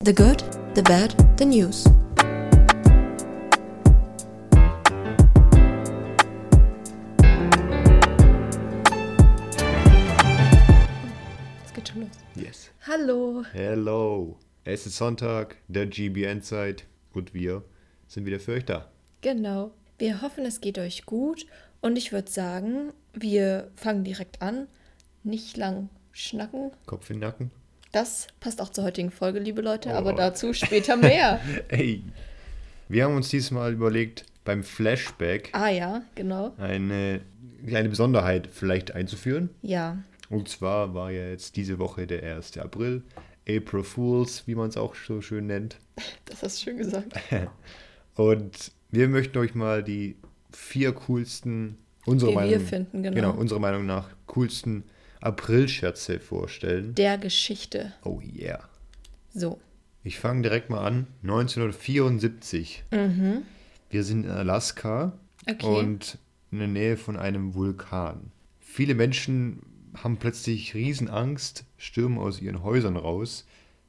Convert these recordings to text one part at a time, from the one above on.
The Good, The Bad, The News. Es geht schon los. Yes. Hallo. Hello. Es ist Sonntag, der GBN-Zeit und wir sind wieder für euch da. Genau. Wir hoffen, es geht euch gut und ich würde sagen, wir fangen direkt an. Nicht lang schnacken. Kopf in den Nacken. Das passt auch zur heutigen Folge, liebe Leute, aber Oh. dazu später mehr. Ey. Wir haben uns diesmal überlegt, beim Flashback ah ja, genau. eine kleine Besonderheit vielleicht einzuführen. Ja, Und zwar war ja jetzt diese Woche der 1. April. April Fools, wie man es auch so schön nennt. das hast du schön gesagt. Und wir möchten euch mal die vier coolsten, unsere Die wir Meinung, finden, genau. genau, unserer Meinung nach coolsten April-Scherze vorstellen. Der Geschichte. Oh yeah. So. Ich fange direkt mal an. 1974. Wir sind in Alaska Mhm. Okay. und in der Nähe von einem Vulkan. Viele Menschen haben plötzlich Riesenangst, stürmen aus ihren Häusern raus,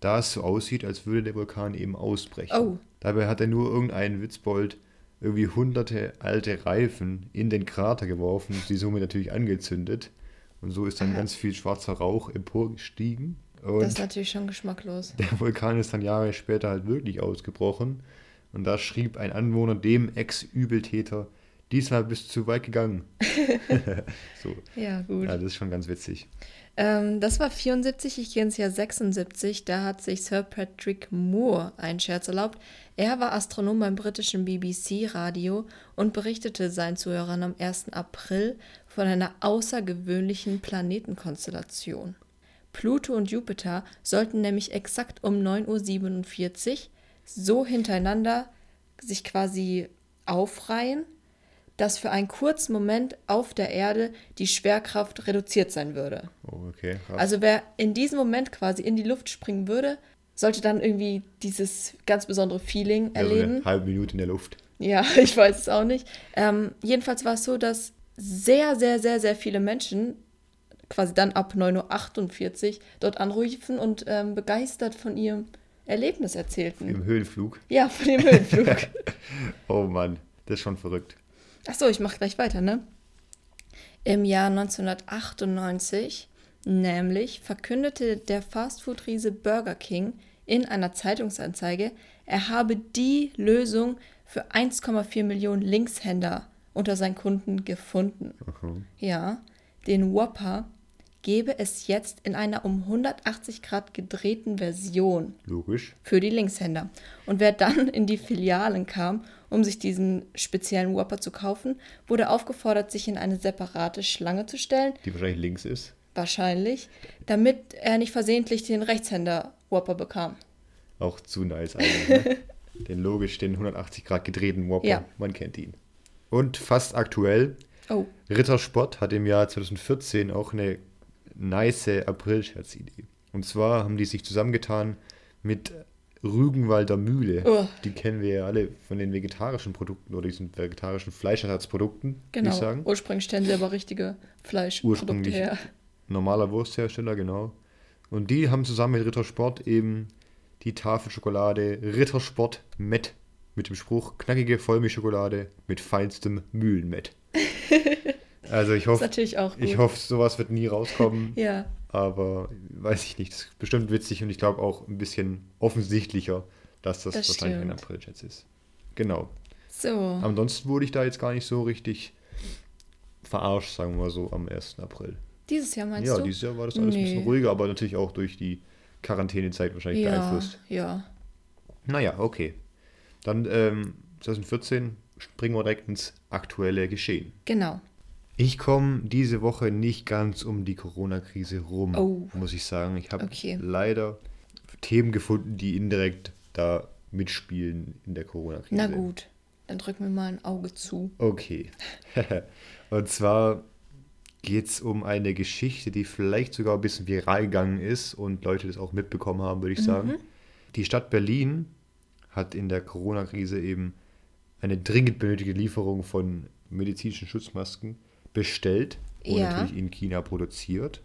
da es so aussieht, als würde der Vulkan eben ausbrechen. Oh. Dabei hat er nur irgendein Witzbold irgendwie hunderte alte Reifen in den Krater geworfen, die somit natürlich angezündet. Und so ist dann ganz viel schwarzer Rauch emporgestiegen. Und Das ist natürlich schon geschmacklos. der Vulkan ist dann Jahre später halt wirklich ausgebrochen. Und da schrieb ein Anwohner dem Ex-Übeltäter, diesmal bist du zu weit gegangen. so. Ja, gut. Ja, das ist schon ganz witzig. Ähm, das war 74, ich gehe ins Jahr 76. Da hat sich Sir Patrick Moore einen Scherz erlaubt. Er war Astronom beim britischen BBC-Radio und berichtete seinen Zuhörern am 1. April von einer außergewöhnlichen Planetenkonstellation. Pluto und Jupiter sollten nämlich exakt um 9.47 Uhr so hintereinander sich quasi aufreihen, dass für einen kurzen Moment auf der Erde die Schwerkraft reduziert sein würde. Oh, okay. krass. Also wer in diesem Moment quasi in die Luft springen würde, sollte dann irgendwie dieses ganz besondere Feeling Ja, so Also erleben. eine halbe Minute in der Luft. Ja, ich weiß es auch nicht. Ähm, jedenfalls war es so, dass sehr, sehr, sehr, sehr viele Menschen quasi dann ab 9.48 Uhr dort anrufen und ähm, begeistert von ihrem Erlebnis erzählten. Im Höhenflug. Ja, von dem Höhenflug. Oh Mann, das ist schon verrückt. Achso, ich mache gleich weiter, ne? Im Jahr 1998 nämlich verkündete der Fastfood-Riese Burger King in einer Zeitungsanzeige, er habe die Lösung für 1,4 Millionen Linkshänder unter seinen Kunden gefunden. Ja, den Whopper gäbe es jetzt in einer um 180 Grad gedrehten Version Logisch. für die Linkshänder. Und wer dann in die Filialen kam, um sich diesen speziellen Whopper zu kaufen, wurde aufgefordert, sich in eine separate Schlange zu stellen, Die wahrscheinlich links ist. wahrscheinlich, damit er nicht versehentlich den Rechtshänder Whopper bekam. Auch zu nice eigentlich. Ne? den logisch, den 180 Grad gedrehten Whopper. Ja. Man kennt ihn. Und fast aktuell, Oh, Rittersport hat im Jahr 2014 auch eine nice April-Scherz-Idee. Und zwar haben die sich zusammengetan mit Rügenwalder Mühle. Oh. Die kennen wir ja alle von den vegetarischen Produkten oder diesen vegetarischen Fleischersatzprodukten, würde ich genau. sagen. Ursprünglich stellen sie aber richtige Fleischprodukte Ursprünglich her. normaler Wursthersteller, genau. Und die haben zusammen mit Rittersport eben die Tafel Schokolade Rittersport Met mit dem Spruch knackige Vollmilchschokolade mit feinstem Mühlenmet. Also ich Ist hoffe, natürlich auch gut. ich hoffe, sowas wird nie rauskommen. ja, Aber weiß ich nicht. Das ist bestimmt witzig und ich glaube auch ein bisschen offensichtlicher, dass das, Das wahrscheinlich ein stimmt. April-Scherz ist. Genau. so. Ansonsten wurde ich da jetzt gar nicht so richtig verarscht, sagen wir mal so, am 1. April. Dieses Jahr meinst ja, du? dieses Jahr war das alles ein bisschen Nee. ruhiger, aber natürlich auch durch die Quarantänezeit wahrscheinlich Ja, beeinflusst. ja. Naja, okay. Dann ähm, 2014 springen wir direkt ins aktuelle Geschehen. Genau. Ich komme diese Woche nicht ganz um die Corona-Krise rum, Oh. muss ich sagen. Ich habe Okay. leider Themen gefunden, die indirekt da mitspielen in der Corona-Krise. Na gut. Dann drück mir mal ein Auge zu. Okay. Und zwar geht es um eine Geschichte, die vielleicht sogar ein bisschen viral gegangen ist und Leute das auch mitbekommen haben, würde ich sagen. Die Stadt Berlin hat in der Corona-Krise eben eine dringend benötigte Lieferung von medizinischen Schutzmasken bestellt und Ja. natürlich in China produziert.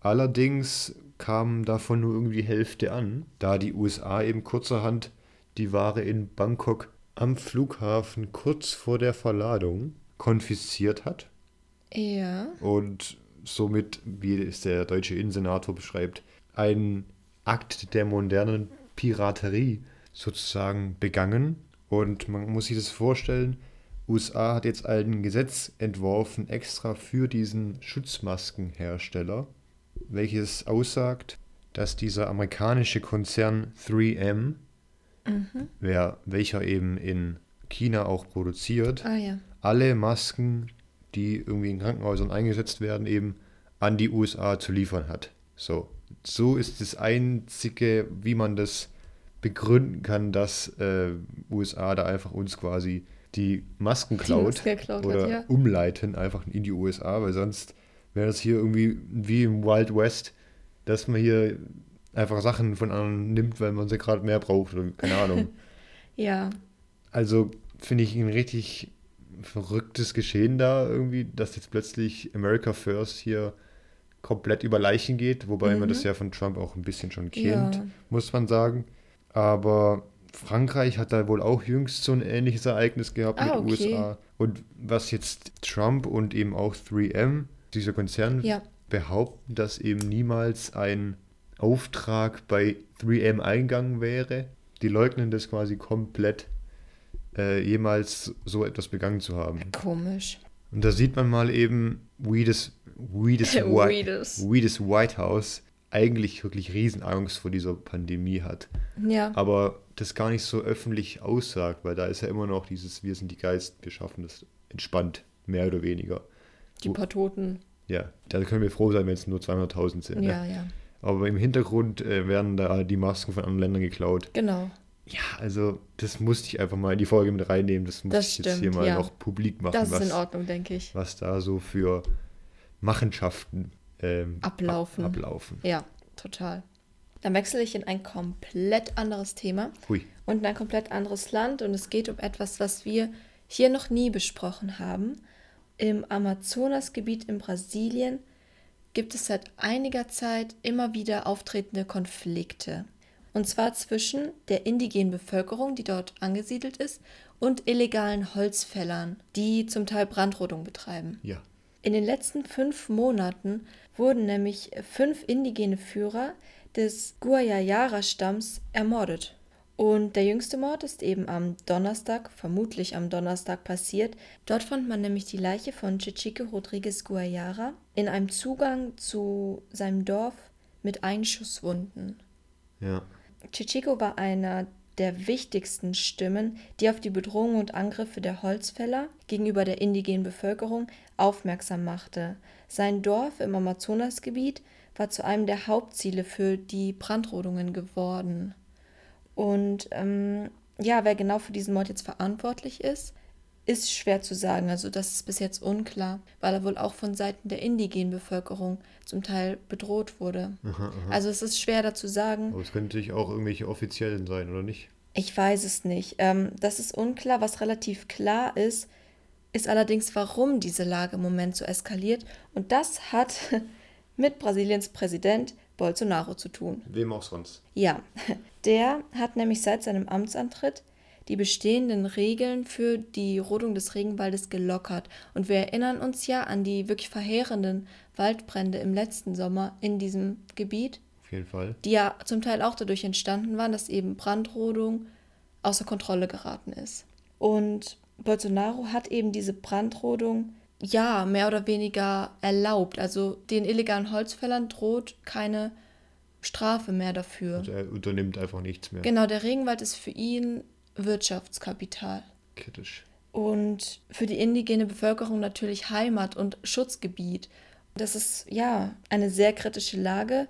Allerdings kam davon nur irgendwie Hälfte an, da die USA eben kurzerhand die Ware in Bangkok am Flughafen kurz vor der Verladung konfisziert hat Ja. und somit, wie es der deutsche Innensenator beschreibt, einen Akt der modernen Piraterie sozusagen begangen. Und man muss sich das vorstellen, USA hat jetzt ein Gesetz entworfen extra für diesen Schutzmaskenhersteller, welches aussagt, dass dieser amerikanische Konzern 3M, wer, welcher eben in China auch produziert, Ah ja. alle Masken, die irgendwie in Krankenhäusern eingesetzt werden, eben an die USA zu liefern hat. So, so ist das Einzige, wie man das begründen kann, dass äh, USA da einfach uns quasi die Masken klaut Masken geklaut hat, oder ja. umleiten einfach in die USA, weil sonst wäre das hier irgendwie wie im Wild West, dass man hier einfach Sachen von anderen nimmt, weil man sie gerade mehr braucht oder keine Ahnung. Ja. Also finde ich ein richtig verrücktes Geschehen da irgendwie, dass jetzt plötzlich America First hier komplett über Leichen geht, wobei man das ja von Trump auch ein bisschen schon Mhm. Ja. kennt, muss man sagen. Aber Frankreich hat da wohl auch jüngst so ein ähnliches Ereignis gehabt Ah, mit okay. USA. Und was jetzt Trump und eben auch 3M, dieser Konzern, Ja. behaupten, dass eben niemals ein Auftrag bei 3M eingegangen wäre. Die leugnen das quasi komplett, äh, jemals so etwas begangen zu haben. Komisch. Und da sieht man mal eben, wie das, wie das, Whi- Weedes. wie das White House eigentlich wirklich Riesenangst vor dieser Pandemie hat. Ja. Aber das gar nicht so öffentlich aussagt, weil da ist ja immer noch dieses Wir sind die Geist, wir schaffen das entspannt, mehr oder weniger. Die paar Toten. Ja, da können wir froh sein, wenn es nur 200.000 sind. Ne? Ja, ja. Aber im Hintergrund äh, werden da die Masken von anderen Ländern geklaut. Genau. Ja, also das musste ich einfach mal in die Folge mit reinnehmen. Das muss Das ich jetzt hier stimmt, mal ja. noch publik machen, Das ist in was, Ordnung, denke ich. was da so für Machenschaften ähm, Ablaufen. Ab ablaufen. Ja, total. Dann wechsle ich in ein komplett anderes Thema Hui. und in ein komplett anderes Land und es geht um etwas, was wir hier noch nie besprochen haben. Im Amazonasgebiet in Brasilien gibt es seit einiger Zeit immer wieder auftretende Konflikte. Und zwar zwischen der indigenen Bevölkerung, die dort angesiedelt ist, und illegalen Holzfällern, die zum Teil Brandrodung betreiben. Ja. In den letzten fünf Monaten wurden nämlich fünf indigene Führer des Guayayara-Stamms ermordet. Und der jüngste Mord ist eben am Donnerstag, vermutlich am Donnerstag passiert. Dort fand man nämlich die Leiche von Chichique Rodriguez Guayara in einem Zugang zu seinem Dorf mit Einschusswunden. Ja. Chichico war einer der wichtigsten Stimmen, die auf die Bedrohung und Angriffe der Holzfäller gegenüber der indigenen Bevölkerung aufmerksam machte. Sein Dorf im Amazonasgebiet war zu einem der Hauptziele für die Brandrodungen geworden. Und ähm, ja, wer genau für diesen Mord jetzt verantwortlich ist, ist schwer zu sagen. Also das ist bis jetzt unklar, weil er wohl auch von Seiten der indigenen Bevölkerung zum Teil bedroht wurde. Also es ist schwer dazu sagen. Aber es können natürlich auch irgendwelche offiziellen sein, oder nicht? Ich weiß es nicht. Ähm, das ist unklar. Was relativ klar ist, ist allerdings, warum diese Lage im Moment so eskaliert. Und das hat mit Brasiliens Präsident Bolsonaro zu tun. Wem auch sonst. Ja, der hat nämlich seit seinem Amtsantritt die bestehenden Regeln für die Rodung des Regenwaldes gelockert. Und wir erinnern uns ja an die wirklich verheerenden Waldbrände im letzten Sommer in diesem Gebiet Auf jeden Fall. die ja zum Teil auch dadurch entstanden waren, dass eben Brandrodung außer Kontrolle geraten ist. Und Bolsonaro hat eben diese Brandrodung ja mehr oder weniger erlaubt. Also den illegalen Holzfällern droht keine Strafe mehr dafür. Und er Äh, unternimmt einfach nichts mehr. Genau, der Regenwald ist für ihn Wirtschaftskapital Kritisch. und für die indigene Bevölkerung natürlich Heimat und Schutzgebiet. Das ist ja eine sehr kritische Lage.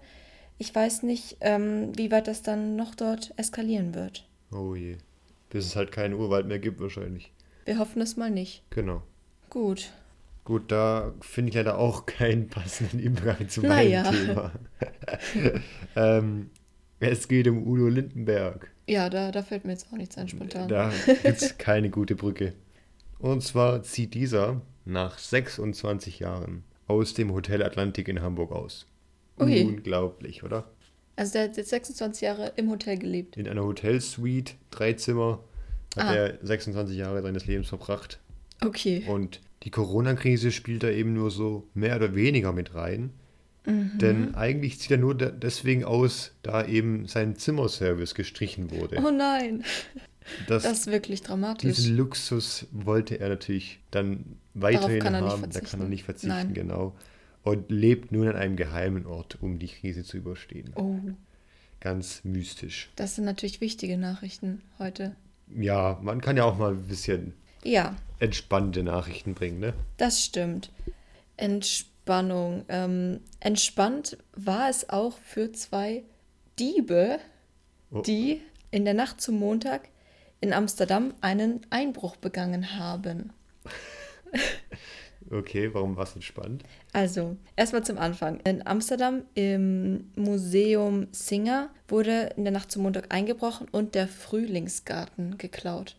Ich weiß nicht, ähm, wie weit das dann noch dort eskalieren wird. Oh je. Bis es halt keinen Urwald mehr gibt wahrscheinlich. Wir hoffen es mal nicht. Genau. Gut. Gut, da finde ich leider auch keinen passenden Übergang zu meinem Naja. Thema. ähm, es geht um Udo Lindenberg. Ja, da, da fällt mir jetzt auch nichts ein spontan. Da gibt es keine gute Brücke. Und zwar zieht dieser nach 26 Jahren aus dem Hotel Atlantik in Hamburg aus. Ui. Unglaublich, oder? Also der hat jetzt 26 Jahre im Hotel gelebt. In einer Hotelsuite, drei Zimmer, hat Ah. er 26 Jahre seines Lebens verbracht. Okay. Und die Corona-Krise spielt da eben nur so mehr oder weniger mit rein. Mhm. Denn eigentlich zieht er nur de- deswegen aus, da eben sein Zimmerservice gestrichen wurde. Oh nein, das, das ist wirklich dramatisch. diesen Luxus wollte er natürlich dann weiterhin kann er nicht haben. da kann er verzichten. nicht verzichten, Nein. genau. Und lebt nun an einem geheimen Ort, um die Krise zu überstehen. Oh, Ganz mystisch. das sind natürlich wichtige Nachrichten heute. Ja, man kann ja auch mal ein bisschen Ja, entspannte Nachrichten bringen, ne? Das stimmt. Entspannung. Ähm, entspannt war es auch für zwei Diebe, Oh. die in der Nacht zum Montag in Amsterdam einen Einbruch begangen haben. Okay, warum war es entspannt? Also, erstmal zum Anfang. In Amsterdam im Museum Singer wurde in der Nacht zum Montag eingebrochen und der Frühlingsgarten geklaut.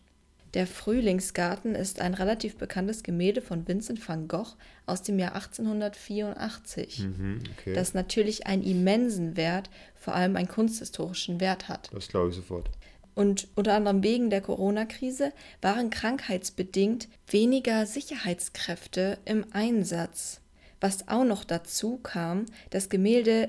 Der Frühlingsgarten ist ein relativ bekanntes Gemälde von Vincent van Gogh aus dem Jahr 1884. Mhm, okay. Das, das natürlich einen immensen Wert, vor allem einen kunsthistorischen Wert hat. glaube ich sofort. Und unter anderem wegen der Corona-Krise waren krankheitsbedingt weniger Sicherheitskräfte im Einsatz. Was auch noch dazu kam, das Gemälde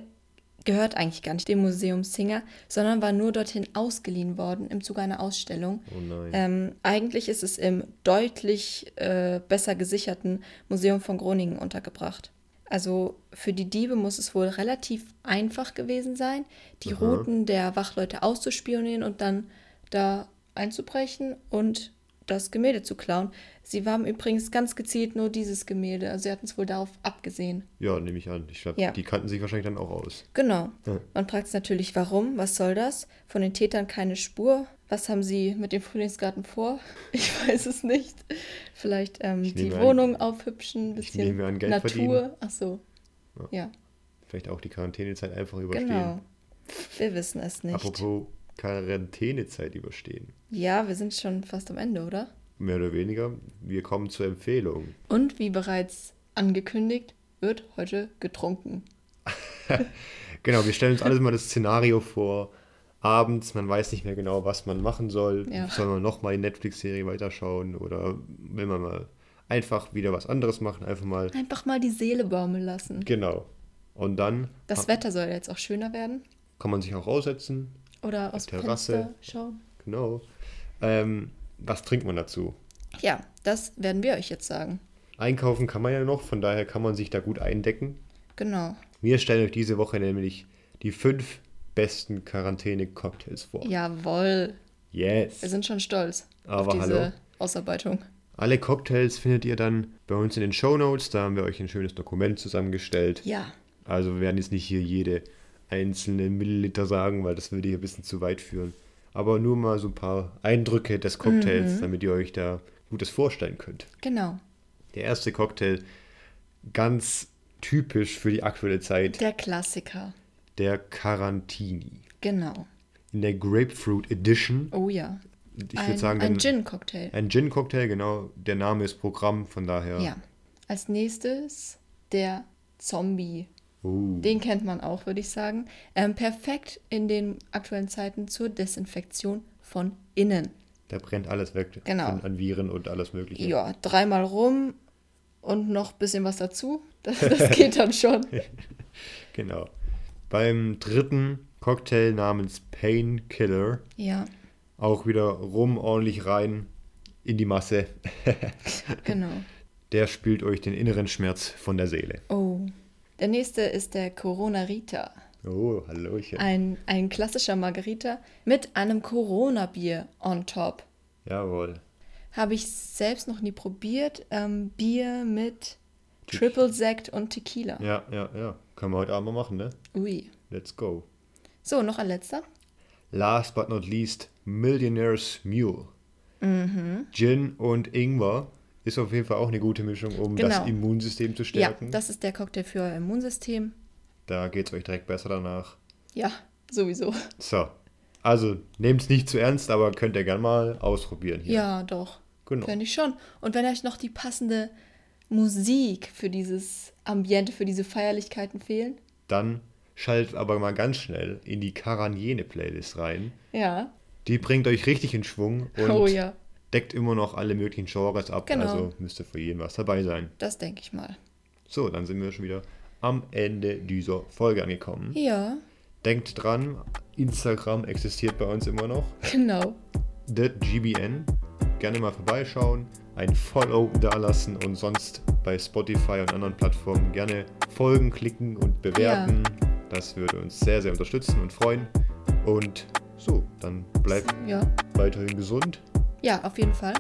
gehört eigentlich gar nicht dem Museum Singer, sondern war nur dorthin ausgeliehen worden im Zuge einer Ausstellung. Oh nein. Ähm, eigentlich ist es im deutlich äh, besser gesicherten Museum von Groningen untergebracht. Also für die Diebe muss es wohl relativ einfach gewesen sein, die Aha. Routen der Wachleute auszuspionieren und dann da einzubrechen und das Gemälde zu klauen. Sie haben übrigens ganz gezielt nur dieses Gemälde, also sie hatten es wohl darauf abgesehen. ja, nehme ich an. Ich glaub, Ja. Die kannten sich wahrscheinlich dann auch aus. Genau. Ja. Man fragt sich natürlich, warum, was soll das? Von den Tätern keine Spur. Was haben sie mit dem Frühlingsgarten vor? Ich weiß es nicht. Vielleicht ähm, Ich die nehme an- Wohnung aufhübschen, ein ich bisschen nehme an, Geld Natur. verdienen. Ach so. Ja, Vielleicht auch die Quarantänezeit einfach überstehen. genau. Wir wissen es nicht. Apropos Quarantänezeit überstehen. Ja, wir sind schon fast am Ende, oder? Mehr oder weniger, wir kommen zur Empfehlung. Und wie bereits angekündigt, wird heute getrunken. Genau, wir stellen uns alles mal das Szenario vor. Abends, man weiß nicht mehr genau, was man machen soll. Ja. Soll man nochmal die Netflix-Serie weiterschauen oder will man mal einfach wieder was anderes machen? Einfach mal. Einfach mal die Seele baumeln lassen. Genau. Und dann Das Wetter soll jetzt auch schöner werden. kann man sich auch raussetzen. Oder aus dem Terrasse. Fenster schauen. Genau. Ähm, was trinkt man dazu? Ja, das werden wir euch jetzt sagen. Einkaufen kann man ja noch, von daher kann man sich da gut eindecken. Genau. Wir stellen euch diese Woche nämlich die fünf besten Quarantäne-Cocktails vor. Jawohl. Yes. Wir sind schon stolz auf Aber diese hallo. Ausarbeitung. Alle Cocktails findet ihr dann bei uns in den Show Notes. Da haben wir euch ein schönes Dokument zusammengestellt. Ja. Also wir werden jetzt nicht hier jede einzelne Milliliter sagen, weil das würde hier ein bisschen zu weit führen. Aber nur mal so ein paar Eindrücke des Cocktails, damit ihr euch da Gutes vorstellen könnt. Genau. Der erste Cocktail, ganz typisch für die aktuelle Zeit, Der Klassiker. der Carantini. Genau. In der Grapefruit Edition. Oh ja. Ich ein würde sagen, ein den- Gin-Cocktail. ein Gin-Cocktail, genau. Der Name ist Programm, von daher. Ja. Als nächstes der Zombie. Uh. Den kennt man auch, würde ich sagen. Ähm, perfekt in den aktuellen Zeiten zur Desinfektion von innen. Da brennt alles weg. Genau. An, an Viren und alles Mögliche. Ja, dreimal rum und noch ein bisschen was dazu. Das, das geht dann schon. Genau. Beim dritten Cocktail namens Painkiller. Ja, Auch wieder rum ordentlich rein in die Masse. genau. Der spült euch den inneren Schmerz von der Seele. Oh. Der nächste ist der Corona Rita. Oh, Hallöchen. Ein, ein klassischer Margarita mit einem Corona-Bier on top. Jawohl. Habe ich selbst noch nie probiert. Ähm, Bier mit Triple Sekt und Tequila. Ja, ja, ja. Können wir heute Abend mal machen, ne? Ui. Let's go. So, noch ein letzter. Last but not least, Millionaire's Mule. Mhm. Gin und Ingwer ist auf jeden Fall auch eine gute Mischung, um Genau. das Immunsystem zu stärken. Ja, das ist der Cocktail für euer Immunsystem. da geht es euch direkt besser danach. Ja, sowieso. So, also nehmt es nicht zu ernst, aber könnt ihr gerne mal ausprobieren hier. Ja, doch. Genau. Fände ich schon. Und wenn euch noch die passende Musik für dieses Ambiente, für diese Feierlichkeiten fehlen, Dann schaltet aber mal ganz schnell in die Karanjene-Playlist rein. Ja. Die bringt euch richtig in Schwung und Oh ja, deckt immer noch alle möglichen Genres ab. Genau. Also müsste für jeden was dabei sein. das denke ich mal. So, dann sind wir schon wieder am Ende dieser Folge angekommen. Ja, Denkt dran, Instagram existiert bei uns immer noch. genau. TheGBN. Gerne mal vorbeischauen, ein Follow dalassen und sonst bei Spotify und anderen Plattformen gerne folgen, klicken und bewerten. Das würde uns sehr, sehr unterstützen und freuen. Und so, dann bleibt Ja. weiterhin gesund. Ja, auf jeden Fall.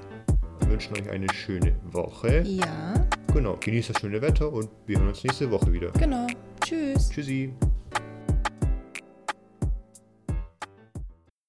Wir wünschen euch eine schöne Woche. Ja, Genau, genießt das schöne Wetter und wir hören uns nächste Woche wieder. genau. Tschüss. Tschüssi.